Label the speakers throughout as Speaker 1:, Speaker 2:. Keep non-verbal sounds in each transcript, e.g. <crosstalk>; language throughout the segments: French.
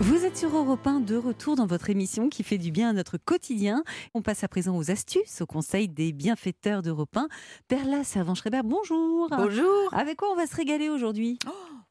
Speaker 1: Vous êtes sur Europe 1 de retour dans votre émission qui fait du bien à notre quotidien. On passe à présent aux astuces, aux conseils des bienfaiteurs d'Europe 1. Perla Servan-Schreiber, bonjour. Oh,
Speaker 2: Bonjour.
Speaker 1: Avec quoi on va se régaler aujourd'hui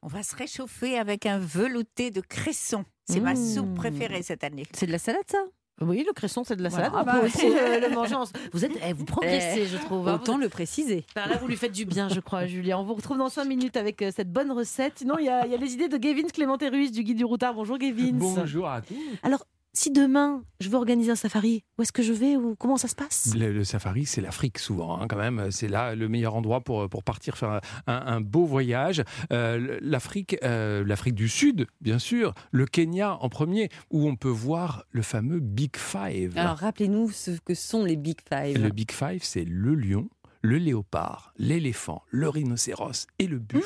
Speaker 2: On va se réchauffer avec un velouté de cresson. C'est ma soupe préférée cette année.
Speaker 1: C'est de la salade, ça
Speaker 3: Oui, le cresson, c'est de la
Speaker 2: Voilà.
Speaker 3: salade.
Speaker 2: Ah bah
Speaker 3: on peut aussi euh, <laughs> le manger. en- Vous êtes, eh, vous progressez, je trouve. hein.
Speaker 1: Autant le préciser.
Speaker 3: Par là, vous lui faites du bien, je crois, Julien. On vous retrouve dans 5 minutes avec euh, cette bonne recette. Sinon, il y, a il y a les idées de Gavin Clémenté Ruiz du Guide du Routard. Bonjour, Gavin.
Speaker 4: Bonjour à tous.
Speaker 3: Si demain, je veux organiser un safari, où est-ce que je vais ou comment ça se passe
Speaker 4: Le, le safari, c'est l'Afrique souvent, hein, quand même. C'est là le meilleur endroit pour, pour partir faire un, un- un beau voyage. Euh, L'Afrique, euh, l'Afrique du Sud, bien sûr. Le Kenya en premier, où on peut voir le fameux Big Five.
Speaker 1: Alors rappelez-nous ce que sont les Big Five.
Speaker 4: Le Big Five, c'est le lion, le léopard, l'éléphant, le rhinocéros et le buffle.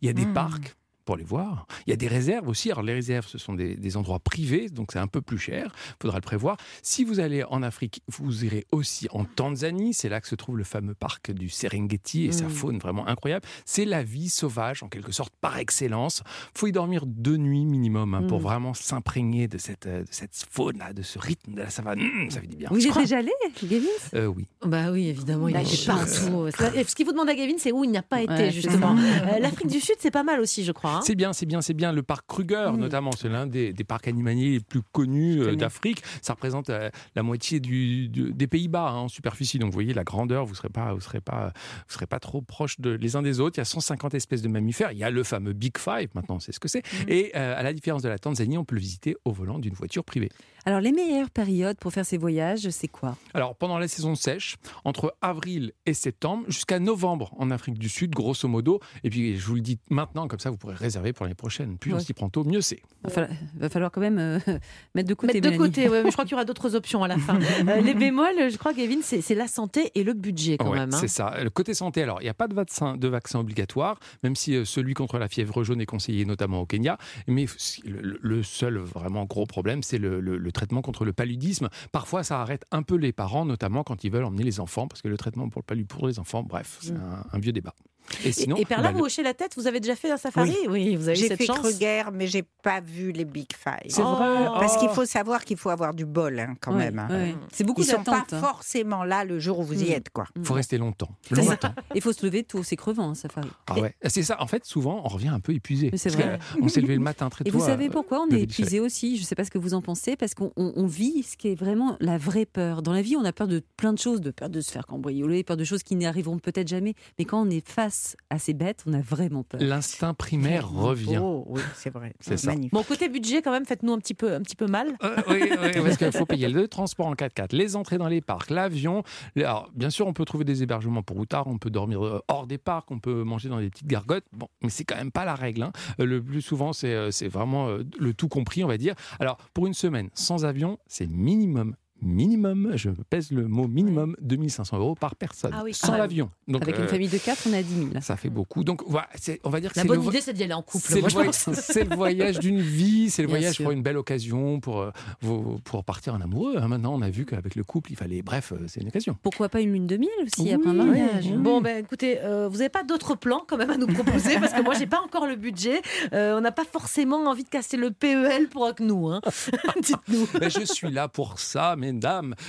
Speaker 4: Il y a des
Speaker 2: Mmh.
Speaker 4: parcs pour les voir. Il y a des réserves aussi. Alors les réserves, ce sont des, des endroits privés, donc c'est un peu plus cher. Il faudra le prévoir. Si vous allez en Afrique, vous irez aussi en Tanzanie. C'est là que se trouve le fameux parc du Serengeti et sa
Speaker 3: Mmh.
Speaker 4: faune vraiment incroyable. C'est la vie sauvage, en quelque sorte, par excellence. faut y dormir deux nuits minimum hein, pour
Speaker 3: Mmh.
Speaker 4: vraiment s'imprégner de cette, euh, de cette faune-là, de ce rythme de la savane. Mmh, ça fait du bien.
Speaker 1: Vous y
Speaker 3: Je
Speaker 1: êtes
Speaker 3: crois-
Speaker 1: déjà allé, Gavin
Speaker 4: Euh, oui.
Speaker 3: Bah oui, évidemment, il
Speaker 2: La
Speaker 3: était
Speaker 2: chance.
Speaker 3: partout. C'est- et Ce qu'il vous demande à Gavin, c'est où il n'y a pas été,
Speaker 1: Ouais, c'est
Speaker 3: justement. Euh, L'Afrique du Sud, c'est pas mal aussi, je crois. hein.
Speaker 4: C'est bien, c'est bien, c'est bien. Le parc Kruger,
Speaker 3: Mm.
Speaker 4: notamment, c'est l'un des, des parcs animaliers les plus connus euh,
Speaker 1: connais.
Speaker 4: d'Afrique. Ça représente euh, la moitié du, du- des Pays-Bas hein, en superficie. Donc, vous voyez la grandeur, vous ne serez, pas- vous serez, pas- vous serez pas trop proche de, les uns des autres. Il y a 150 espèces de mammifères. Il y a le fameux Big Five, maintenant, c'est ce que c'est. Et euh, à la différence de la Tanzanie, on peut le visiter au volant d'une voiture privée.
Speaker 1: Alors les meilleures périodes pour faire ces voyages, c'est quoi
Speaker 4: Alors, pendant la saison sèche, entre avril et septembre, jusqu'à novembre en Afrique du Sud, grosso modo. Et puis, je vous le dis maintenant, comme ça, vous pourrez réserver pour l'année prochaine. Plus on
Speaker 1: Ouais.
Speaker 4: s'y prend tôt, mieux c'est.
Speaker 1: va falloir, va falloir quand même euh, <laughs> mettre de côté.
Speaker 3: Mettre de
Speaker 1: Mélanie.
Speaker 3: côté, ouais, mais je crois qu'il y aura d'autres options à la
Speaker 4: <laughs>
Speaker 3: fin. Euh, les bémols, je crois, Gavin, c'est c'est la santé et le budget quand
Speaker 4: Ouais,
Speaker 3: même. hein.
Speaker 4: C'est ça. Le côté santé, alors, il n'y a pas de vaccin, de vaccin obligatoire, même si euh, celui contre la fièvre jaune est conseillé notamment au Kenya. Mais f- si- le- le, le seul vraiment gros problème, c'est le, le- le traitement contre le paludisme. Parfois, ça arrête un peu les parents, notamment quand ils veulent emmener les enfants, parce que le traitement pour le palud pour les enfants, bref, c'est
Speaker 3: Mm.
Speaker 4: un, un vieux débat. Et
Speaker 3: Et,
Speaker 4: sinon,
Speaker 3: et par là,
Speaker 4: bah, le-
Speaker 3: vous hochez la tête, vous avez déjà fait un safari Oui, vous avez eu
Speaker 2: J'ai
Speaker 3: cette
Speaker 2: fait
Speaker 3: chance.
Speaker 2: Kruger, mais j'ai pas vu les Big Five.
Speaker 4: c'est vrai.
Speaker 2: Parce
Speaker 4: Oh.
Speaker 2: qu'il faut savoir qu'il faut avoir du bol hein, quand
Speaker 1: Ouais,
Speaker 2: même. hein.
Speaker 1: ouais. C'est beaucoup
Speaker 2: Ils sont pas
Speaker 1: d'attentes. hein.
Speaker 2: forcément là le jour où vous y
Speaker 1: Mm.
Speaker 2: êtes, quoi.
Speaker 4: faut rester longtemps.
Speaker 1: ça.
Speaker 4: Longtemps.
Speaker 1: Il faut se lever tôt, c'est crevant un safari.
Speaker 4: Ah ouais. C'est ça. En fait, souvent, on revient un peu épuisé.
Speaker 1: Mais c'est
Speaker 4: Parce
Speaker 1: vrai.
Speaker 4: que, euh, on s'est levé le matin très
Speaker 1: Et
Speaker 4: tôt.
Speaker 1: vous
Speaker 4: euh,
Speaker 1: savez pourquoi on est
Speaker 4: lever du
Speaker 1: épuisé aussi Je ne sais pas ce que vous en pensez, parce qu'on on- on vit ce qui est vraiment la vraie peur. Dans la vie, on a peur de plein de choses, de peur de se faire cambrioler, peur de choses qui n'arriveront peut-être jamais. Mais quand on est face à ces bêtes, on a vraiment peur.
Speaker 4: L'instinct primaire revient.
Speaker 2: Oh, oui, c'est vrai.
Speaker 4: C'est ça.
Speaker 2: Magnifique.
Speaker 3: Bon, côté budget, quand même, faites-nous un petit peu, un petit peu mal.
Speaker 4: Euh, oui, oui, parce qu'il faut payer le transport en 4x4, les entrées dans les parcs, l'avion. Le- Alors, bien sûr, on peut trouver des hébergements pour routard, on peut dormir euh, hors des parcs, on peut manger dans des petites gargotes. Bon, mais c'est quand même pas la règle. hein. Euh, Le plus souvent, c'est euh, c'est vraiment euh, le tout compris, on va dire. Alors, pour une semaine sans avion, c'est minimum. Minimum, je pèse le mot minimum, 2500 euros par personne.
Speaker 3: Ah oui, quand
Speaker 4: sans
Speaker 3: même.
Speaker 4: l'avion. Donc,
Speaker 1: Avec une
Speaker 4: euh,
Speaker 1: famille de quatre, on a 10 000.
Speaker 4: Ça fait beaucoup. Donc, voilà, c'est- on va dire que
Speaker 3: La
Speaker 4: c'est le
Speaker 3: bonne
Speaker 4: vo-
Speaker 3: idée, c'est d'y aller en couple.
Speaker 4: c'est
Speaker 3: Moi,
Speaker 4: le,
Speaker 3: je
Speaker 4: voy-
Speaker 3: pense.
Speaker 4: c'est le voyage d'une vie, c'est le
Speaker 3: Bien
Speaker 4: voyage
Speaker 3: sûr.
Speaker 4: pour une belle occasion, pour, euh, vos- pour partir en amoureux. hein. Maintenant, on a vu qu'avec le couple, il fallait. Bref, euh, c'est une occasion.
Speaker 1: Pourquoi pas une lune de miel aussi
Speaker 4: <laughs> Oui,
Speaker 1: après un mariage hein
Speaker 4: oui.
Speaker 3: Bon, ben écoutez, euh, vous n'avez pas d'autres plans quand même à nous proposer parce que moi, j'ai pas encore le budget. Euh, on n'a pas forcément envie de casser le PEL pour que nous. Hein. <laughs> Dites-nous.
Speaker 4: <laughs> Ben, je suis là pour ça, mesdames.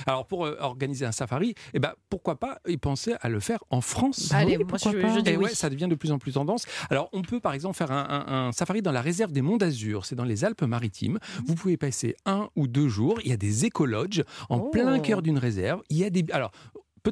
Speaker 4: Alors, pour euh, organiser un safari, eh ben, pourquoi pas y penser à le faire en France
Speaker 3: Allez,
Speaker 1: oui,
Speaker 3: moi, je,
Speaker 1: pourquoi pas.
Speaker 3: je dis
Speaker 4: Et
Speaker 3: Bah oui.
Speaker 4: ouais, ça devient de plus en plus tendance. Alors, on peut par exemple faire un, un- un safari dans la réserve des Monts d'Azur, c'est dans les Alpes-Maritimes. Vous pouvez passer un ou deux jours. Il y a des écologes en
Speaker 3: Oh.
Speaker 4: plein cœur d'une réserve. Il y a des. Alors,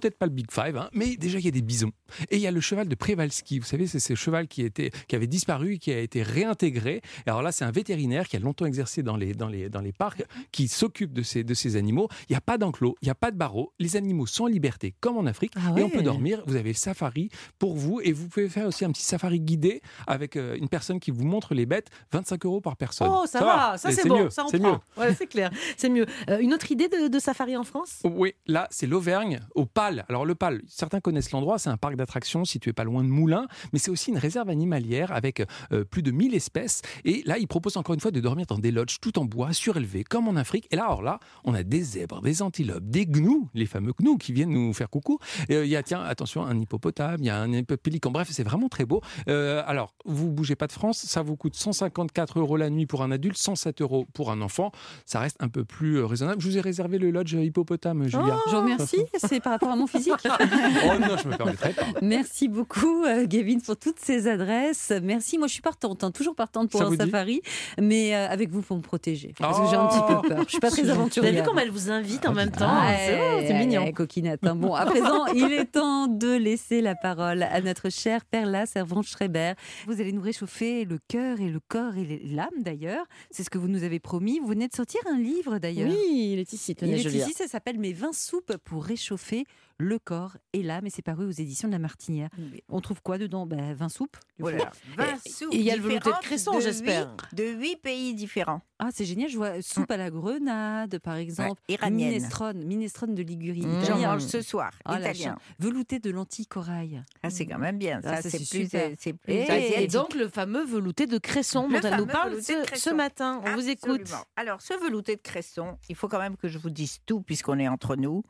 Speaker 4: Peut-être pas le Big Five, hein, mais déjà il y a des bisons. Et il y a le cheval de Prévalski. Vous savez, c'est ce cheval qui, était, qui avait disparu, qui a été réintégré. Et Alors là, c'est un vétérinaire qui a longtemps exercé dans les, dans les, dans les parcs, qui s'occupe de ces, de ces animaux. Il n'y a pas d'enclos, il n'y a pas de barreaux. Les animaux sont en liberté, comme en Afrique.
Speaker 3: Ah
Speaker 4: Et on peut
Speaker 3: ouais.
Speaker 4: dormir. Vous avez le safari pour vous. Et vous pouvez faire aussi un petit safari guidé avec euh, une personne qui vous montre les bêtes. 25 euros par personne.
Speaker 3: Oh, ça, va, ça
Speaker 4: Mais
Speaker 3: c'est bon,
Speaker 4: mieux,
Speaker 3: ça on
Speaker 4: c'est
Speaker 3: prend.
Speaker 4: mieux.
Speaker 3: Ouais, c'est clair, c'est mieux. Euh, une autre idée de, de safari en France
Speaker 4: Oui, là, c'est l'Auvergne, au Pal. Alors le Pal, certains connaissent l'endroit, c'est un parc d'attractions situé pas loin de Moulins, mais c'est aussi une réserve animalière avec euh, plus de 1000 espèces. Et là, ils proposent encore une fois de dormir dans des lodges tout en bois, surélevés, comme en Afrique. Et là, alors là, on a des zèbres, des antilopes, des gnous, les fameux gnous qui viennent nous faire coucou. Et, euh, Il y a, tiens, attention, un hippopotame, il y a un pélican. Bref, c'est vraiment très beau. Euh, alors, vous bougez pas de France, ça vous coûte 154 euros la nuit pour un adulte, 107 euros pour un enfant. Ça reste un peu plus euh, raisonnable. Je vous ai réservé le lodge hippopotame, Julia.
Speaker 2: Oh
Speaker 1: Je vous remercie, c'est par rapport à mon physique.
Speaker 4: <laughs> oh non, je me
Speaker 2: <laughs>
Speaker 4: permettrai pas.
Speaker 1: Merci beaucoup, euh, Gavin, pour toutes ces adresses. Merci. Moi, je suis partante, hein, toujours partante pour
Speaker 4: Ça vous
Speaker 1: un
Speaker 4: dit
Speaker 1: safari, mais euh, avec vous pour me protéger. Parce que j'ai un
Speaker 4: Oh.
Speaker 1: petit peu peur. Je suis pas très
Speaker 3: Vous avez
Speaker 1: aventurière.
Speaker 3: vu comment elle vous invite en même temps
Speaker 1: Ah,
Speaker 3: C'est
Speaker 1: ouais,
Speaker 3: oh, c'est
Speaker 1: ouais,
Speaker 3: mignon.
Speaker 1: ouais, coquinette. hein. Bon,
Speaker 5: <laughs>
Speaker 1: à présent, il est temps de laisser la parole à notre chère Perla Servan-Schreiber. Vous allez nous réchauffer le cœur et le corps et les- l'âme d'ailleurs. C'est ce que vous nous avez promis. Vous venez de sortir un livre d'ailleurs.
Speaker 5: Oui, il est ici,
Speaker 1: Il
Speaker 5: tenez,
Speaker 1: est
Speaker 5: je
Speaker 1: ici, ça s'appelle Mes 20 soupes pour réchauffer le corps et l'âme, et c'est paru aux éditions de la Martinière. On trouve quoi dedans ben, 20 soupes. du coup.
Speaker 2: Voilà, 20
Speaker 3: Et-
Speaker 2: soupes
Speaker 3: et il y a le velouté de
Speaker 2: différentes
Speaker 3: cresson,
Speaker 2: huit-
Speaker 3: j'espère.
Speaker 2: De huit pays différents.
Speaker 1: Ah, c'est génial, je vois soupe à la grenade, par exemple.
Speaker 2: Iranienne.
Speaker 1: Minestrone, minestrone de Ligurie.
Speaker 5: Mmh.
Speaker 1: italien.
Speaker 2: J'en
Speaker 5: Genre-
Speaker 2: mange ce soir,
Speaker 1: Ah, la
Speaker 2: italien.
Speaker 1: Velouté de lentilles corail.
Speaker 2: Ah, c'est quand même bien.
Speaker 1: Ah, ça,
Speaker 2: Ça, c'est
Speaker 1: c'est
Speaker 2: plus,
Speaker 1: super.
Speaker 2: euh, c'est plus
Speaker 3: Et,
Speaker 2: asiatique.
Speaker 3: donc le fameux velouté de Cresson
Speaker 2: Le
Speaker 3: dont elle
Speaker 2: fameux
Speaker 3: nous parle
Speaker 2: velouté de
Speaker 3: ce,
Speaker 2: Cresson.
Speaker 3: ce matin. On vous écoute.
Speaker 2: Absolument. Alors, ce velouté de Cresson, il faut quand même que je vous dise tout puisqu'on est entre nous.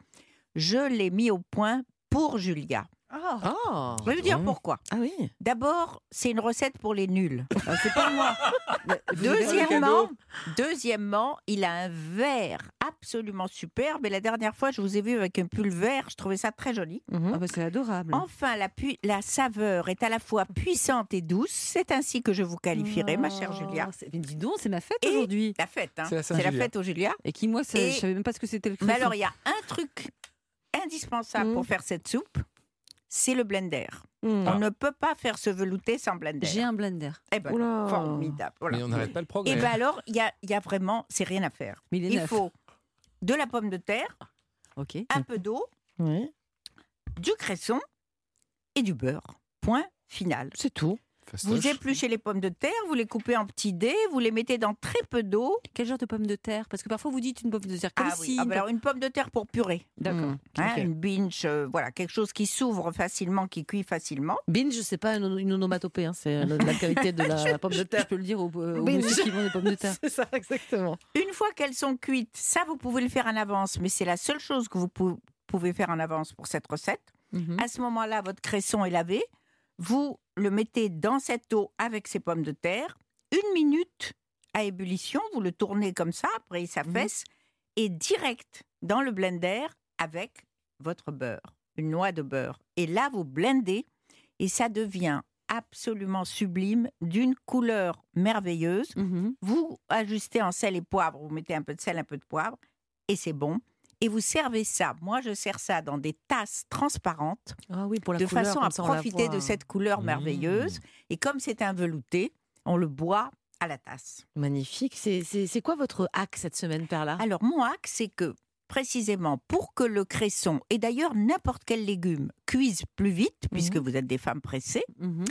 Speaker 2: Je l'ai mis au point pour Julia.
Speaker 5: Ah,
Speaker 2: Je vais vous dire pourquoi.
Speaker 5: ah oui.
Speaker 2: D'abord, c'est une recette pour les nuls. Ah, c'est pas <laughs> moi.
Speaker 4: cadeau.
Speaker 2: Deuxièmement, deuxièmement, il a un verre absolument superbe. Et la dernière fois, je vous ai vu avec un pull vert. Je trouvais ça très joli.
Speaker 5: Mhm. Oh.
Speaker 1: Ah, bah, c'est adorable.
Speaker 2: Enfin, la, pu- la saveur est à la fois puissante et douce. C'est ainsi que je vous qualifierai, ma chère Julia.
Speaker 1: Ah, c'est- Mais dis donc, c'est ma fête
Speaker 2: Et-
Speaker 1: aujourd'hui.
Speaker 2: La fête, hein.
Speaker 4: C'est la
Speaker 2: c'est la
Speaker 4: Saint-Julia.
Speaker 2: fête au Julia.
Speaker 1: Et qui, moi, ça-
Speaker 2: Et-
Speaker 1: je savais même pas ce que c'était le
Speaker 2: Mais
Speaker 1: cresson.
Speaker 2: alors, il y a un truc indispensable pour faire cette soupe, c'est le blender.
Speaker 5: Ah. Mhm.
Speaker 4: Ah.
Speaker 2: On ne peut pas faire ce velouté sans blender.
Speaker 1: J'ai un blender.
Speaker 2: Eh ben,
Speaker 5: Oula.
Speaker 2: formidable. voilà.
Speaker 4: Mais on n'arrête pas le progrès.
Speaker 2: Et bien alors, il y a, il y a vraiment, c'est rien à faire.
Speaker 1: Mais il est
Speaker 2: Il
Speaker 1: neuf.
Speaker 2: faut de la pomme de terre,
Speaker 1: Ok.
Speaker 2: un peu d'eau,
Speaker 5: Oui.
Speaker 2: du cresson et du beurre. Point final.
Speaker 5: C'est tout.
Speaker 4: Fastoche.
Speaker 2: Vous épluchez les pommes de terre, vous les coupez en petits dés, vous les mettez dans très peu d'eau.
Speaker 1: Quel genre de pomme de terre Parce que parfois, vous dites une pomme de terre comme
Speaker 2: Ah oui,
Speaker 1: si.
Speaker 2: ah
Speaker 1: une
Speaker 2: ben alors une pomme de terre pour purée.
Speaker 1: pomme- D'accord.
Speaker 2: hein,
Speaker 5: Mhm. Ok.
Speaker 2: Une binge, euh, voilà, quelque chose qui s'ouvre facilement, qui cuit facilement.
Speaker 5: Binge, c'est pas une, une onomatopée, hein, c'est le- la qualité de
Speaker 2: <laughs>
Speaker 5: la, la pomme de
Speaker 1: Je
Speaker 5: terre.
Speaker 1: peux le dire aux, aux
Speaker 5: Mais
Speaker 1: messieurs
Speaker 5: je-
Speaker 1: qui vendent des pommes de terre.
Speaker 5: C'est ça, exactement.
Speaker 2: Une fois qu'elles sont cuites, ça vous pouvez le faire en avance, mais c'est la seule chose que vous pou- pouvez faire en avance pour cette recette.
Speaker 1: Mhm.
Speaker 2: À ce moment-là, votre cresson est lavé. Vous le mettez dans cette eau avec ces pommes de terre. Une minute à ébullition, vous le tournez comme ça, après il s'affaisse, et direct dans le blender avec votre beurre, une noix de beurre. Et là, vous blendez et ça devient absolument sublime, d'une couleur merveilleuse.
Speaker 1: Mhm.
Speaker 2: Vous ajustez en sel et poivre, vous mettez un peu de sel, un peu de poivre, et c'est bon. Et vous servez ça. Moi, je sers ça dans des tasses transparentes,
Speaker 5: Ah oui, pour la
Speaker 2: de
Speaker 5: couleur,
Speaker 2: façon
Speaker 5: comme
Speaker 2: à
Speaker 5: ça, on la
Speaker 2: profiter
Speaker 5: voit. hein.
Speaker 2: de cette couleur
Speaker 4: Mmh.
Speaker 2: merveilleuse. Et comme c'est un velouté, on le boit à la tasse.
Speaker 5: Magnifique. C'est- C'est c'est quoi votre hack cette semaine, Perla
Speaker 2: Alors, mon hack, c'est que, précisément, pour que le cresson, et d'ailleurs n'importe quel légume, cuise plus vite, puisque
Speaker 5: Mmh.
Speaker 2: vous êtes des femmes pressées,
Speaker 1: Mhm.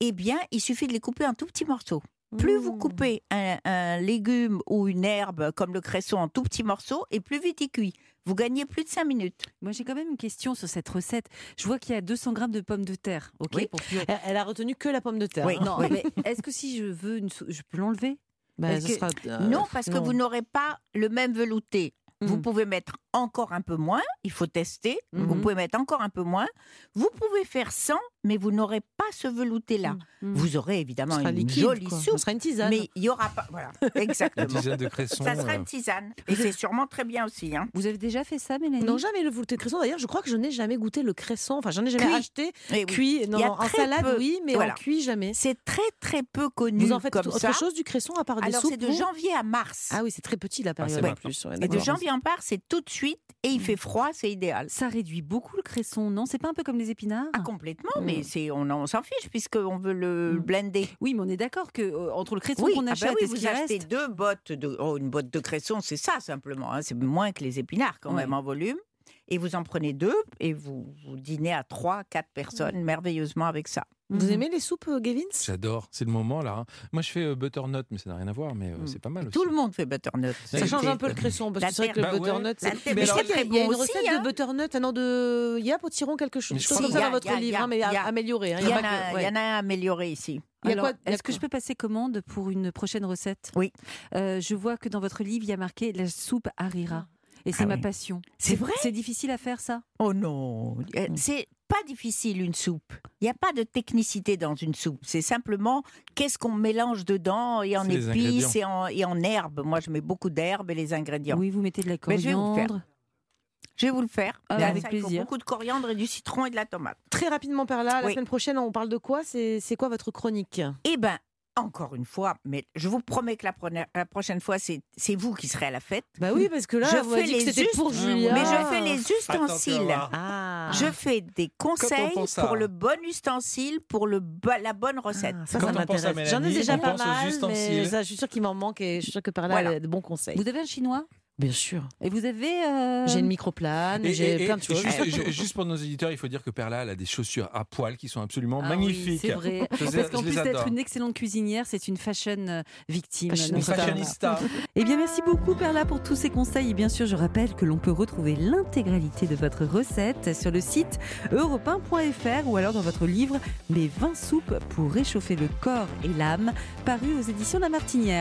Speaker 2: eh bien, il suffit de les couper en tout petits morceaux. Plus vous
Speaker 5: Mmh.
Speaker 2: coupez un, un légume ou une herbe comme le cresson en tout petits morceaux, et plus vite il cuit. Vous gagnez plus de 5 minutes.
Speaker 1: Moi, j'ai quand même une question sur cette recette. Je vois qu'il y a 200 grammes de pommes de terre. Ok.
Speaker 2: Oui.
Speaker 1: pour
Speaker 2: <laughs>
Speaker 1: cuire.
Speaker 5: Elle, elle a retenu que la pomme de terre.
Speaker 2: Oui.
Speaker 5: hein.
Speaker 1: Non, mais <laughs> est-ce que si je veux une, sou- je peux l'enlever
Speaker 5: Bah,
Speaker 1: Parce
Speaker 5: ce
Speaker 1: que-
Speaker 5: sera, euh,
Speaker 2: non, parce que
Speaker 5: non. Mmh.
Speaker 2: vous n'aurez pas le même velouté. Vous
Speaker 1: Mhm.
Speaker 2: pouvez mettre encore un peu moins, il faut tester. Vous
Speaker 1: Mhm.
Speaker 2: pouvez mettre encore un peu moins. Vous pouvez faire 100, mais vous n'aurez pas ce velouté-là.
Speaker 1: Mhm.
Speaker 2: Vous aurez
Speaker 5: Mmh. ce
Speaker 2: évidemment
Speaker 5: sera
Speaker 2: une
Speaker 5: liquide.
Speaker 2: jolie
Speaker 5: quoi. Ce
Speaker 2: soupe,
Speaker 5: sera une tisane.
Speaker 2: mais il n'y aura pas.
Speaker 5: <laughs>
Speaker 2: Voilà,
Speaker 4: Une
Speaker 2: exactement.
Speaker 4: dizaine de cressons.
Speaker 2: Ça sera
Speaker 4: euh,
Speaker 2: une tisane. Et c'est sûrement très bien aussi. hein.
Speaker 1: Vous avez déjà fait ça, Mélanie
Speaker 5: Non, jamais le velouté de cresson. D'ailleurs, je crois que je n'ai jamais goûté le cresson. Enfin, j'en ai jamais
Speaker 2: Cuit.
Speaker 5: acheté.
Speaker 2: Et oui.
Speaker 5: Cuit, non,
Speaker 2: Il y a
Speaker 5: en
Speaker 2: très
Speaker 5: salade,
Speaker 2: peu.
Speaker 5: oui, mais
Speaker 2: Voilà.
Speaker 5: en cuit, jamais.
Speaker 2: C'est très, très peu connu
Speaker 5: Vous en faites
Speaker 2: comme
Speaker 5: autre
Speaker 2: ça.
Speaker 5: chose du cresson à part des
Speaker 2: Alors,
Speaker 5: soupes
Speaker 2: c'est de
Speaker 5: vous
Speaker 2: janvier à mars.
Speaker 5: Ah oui, c'est très petit la période en
Speaker 4: maintenant.
Speaker 5: plus. ouais,
Speaker 2: Et de
Speaker 5: d'accord.
Speaker 2: janvier à mars, c'est tout de suite et il fait froid, c'est idéal.
Speaker 1: Ça réduit beaucoup le cresson, non C'est pas un peu comme les épinards
Speaker 2: Ah, complètement, mais c'est on, en- on s'en fiche puisqu'on veut le blender.
Speaker 1: Oui, mais on est d'accord que euh, entre le cresson qu'on
Speaker 2: ah bah
Speaker 1: achète
Speaker 2: oui,
Speaker 1: et ce
Speaker 2: vous
Speaker 1: qui
Speaker 2: achetez
Speaker 1: reste,
Speaker 2: deux bottes de oh, une botte de cresson, c'est ça simplement. hein, c'est moins que les épinards quand
Speaker 1: Ouais.
Speaker 2: même en volume. Et vous en prenez deux et vous, vous dînez à trois, quatre personnes merveilleusement avec ça.
Speaker 3: Vous
Speaker 1: Mhm.
Speaker 3: aimez les soupes, euh, Gavin
Speaker 4: J'adore, c'est le moment là. hein. Moi je fais euh, butternut, mais ça n'a rien à voir, mais euh,
Speaker 2: Mm.
Speaker 1: Hmm.
Speaker 4: c'est pas mal aussi.
Speaker 2: Tout le monde fait butternut.
Speaker 4: Ça
Speaker 3: Ça change
Speaker 4: été-
Speaker 3: un peu le cresson, parce
Speaker 2: La
Speaker 3: que c'est vrai que
Speaker 4: terre-
Speaker 3: le
Speaker 4: Bah ouais.
Speaker 3: butternut. c'est-
Speaker 2: La thé-
Speaker 4: Mais
Speaker 3: Mais je crois
Speaker 4: alors-
Speaker 2: c'est
Speaker 3: qu'il y a,
Speaker 2: très
Speaker 3: il y a
Speaker 2: bon
Speaker 3: une
Speaker 2: aussi,
Speaker 3: recette
Speaker 2: hein.
Speaker 3: de butternut, ah non, de... il y a potiron quelque chose
Speaker 4: Mais je
Speaker 3: chose
Speaker 4: crois
Speaker 3: comme
Speaker 4: qu'il
Speaker 3: ça
Speaker 4: y
Speaker 2: il
Speaker 3: dans
Speaker 4: a-
Speaker 2: y
Speaker 3: votre
Speaker 2: a-
Speaker 3: livre,
Speaker 2: il y a-
Speaker 3: hein, mais
Speaker 2: il y a-
Speaker 3: amélioré. hein,
Speaker 2: Il y,
Speaker 3: a
Speaker 2: en
Speaker 3: pas que-
Speaker 2: a, il
Speaker 3: ouais.
Speaker 2: y en a un amélioré ici.
Speaker 3: Il y a
Speaker 1: Alors,
Speaker 3: quoi- il y a
Speaker 1: Est-ce que
Speaker 3: quoi
Speaker 1: je peux passer commande pour une prochaine recette
Speaker 2: Oui.
Speaker 1: Euh, je vois que dans votre livre, il y a marqué la soupe harira. Et c'est
Speaker 2: Ah
Speaker 1: ma
Speaker 2: oui.
Speaker 1: passion.
Speaker 2: C'est vrai
Speaker 1: C'est difficile à faire ça.
Speaker 2: Oh non, Euh, c'est pas difficile une soupe. Il n'y a pas de technicité dans une soupe. C'est simplement qu'est-ce qu'on mélange dedans et en
Speaker 4: C'est les
Speaker 2: épices et en, et en herbes. Moi, je mets beaucoup d'herbes et les ingrédients.
Speaker 1: Oui, vous mettez de la
Speaker 2: Mais je vais vous le faire.
Speaker 1: coriandre.
Speaker 2: Je vais vous le faire.
Speaker 1: Ah,
Speaker 2: Là,
Speaker 1: avec
Speaker 2: ça, il faut
Speaker 1: plaisir.
Speaker 2: beaucoup de coriandre et du citron et de la tomate.
Speaker 3: Très rapidement par là, la
Speaker 2: Oui.
Speaker 3: semaine prochaine, on parle de quoi C'est c'est quoi votre chronique
Speaker 2: Eh ben, encore une fois, mais je vous promets que la, prena- la prochaine fois, c'est c'est vous qui serez à la fête.
Speaker 3: Bah oui, parce que là,
Speaker 2: Je
Speaker 3: vous m'avez
Speaker 2: fais
Speaker 3: dit que
Speaker 2: les
Speaker 3: c'était pour
Speaker 1: ustres,
Speaker 3: Julia.
Speaker 2: Mais je fais les
Speaker 4: Attends, tu vas
Speaker 2: ustensiles.
Speaker 4: voir.
Speaker 3: Ah
Speaker 2: Je fais des conseils
Speaker 4: pense à-
Speaker 2: pour le bon ustensile, pour le bo- la bonne recette.
Speaker 3: Ah, ça,
Speaker 4: Quand
Speaker 3: ça
Speaker 4: on pense à
Speaker 3: m'intéresse. J'en ai
Speaker 4: Mélanie,
Speaker 3: déjà
Speaker 4: on
Speaker 3: pas
Speaker 4: pense aux
Speaker 3: mal, mais
Speaker 4: ustensiles.
Speaker 3: ça, je suis sûre qu'il m'en manque et je suis sûre que par là,
Speaker 2: Voilà.
Speaker 3: il y a de bons conseils.
Speaker 1: Vous avez un chinois
Speaker 3: Bien sûr.
Speaker 1: Et vous avez. euh,
Speaker 3: J'ai une microplane,
Speaker 4: Et- et-
Speaker 3: j'ai
Speaker 4: et
Speaker 3: plein de
Speaker 1: <laughs>
Speaker 3: choses.
Speaker 4: Juste, ju- juste pour nos éditeurs, il faut dire que Perla elle a des chaussures à poil qui sont absolument
Speaker 1: Ah oui,
Speaker 4: magnifiques.
Speaker 1: c'est vrai.
Speaker 4: Je les-
Speaker 1: Parce qu'en
Speaker 4: je les
Speaker 1: plus
Speaker 4: adore.
Speaker 1: d'être une excellente cuisinière, c'est une fashion euh, victime.
Speaker 3: Fashion
Speaker 4: Une
Speaker 1: notre Perla.
Speaker 4: fashionista.
Speaker 1: Eh bien, merci beaucoup, Perla, pour tous ces conseils. Et bien sûr, je rappelle que l'on peut retrouver l'intégralité de votre recette sur le site europe ou alors dans votre livre Les 20 soupes pour réchauffer le corps et l'âme, paru aux éditions La Martinière.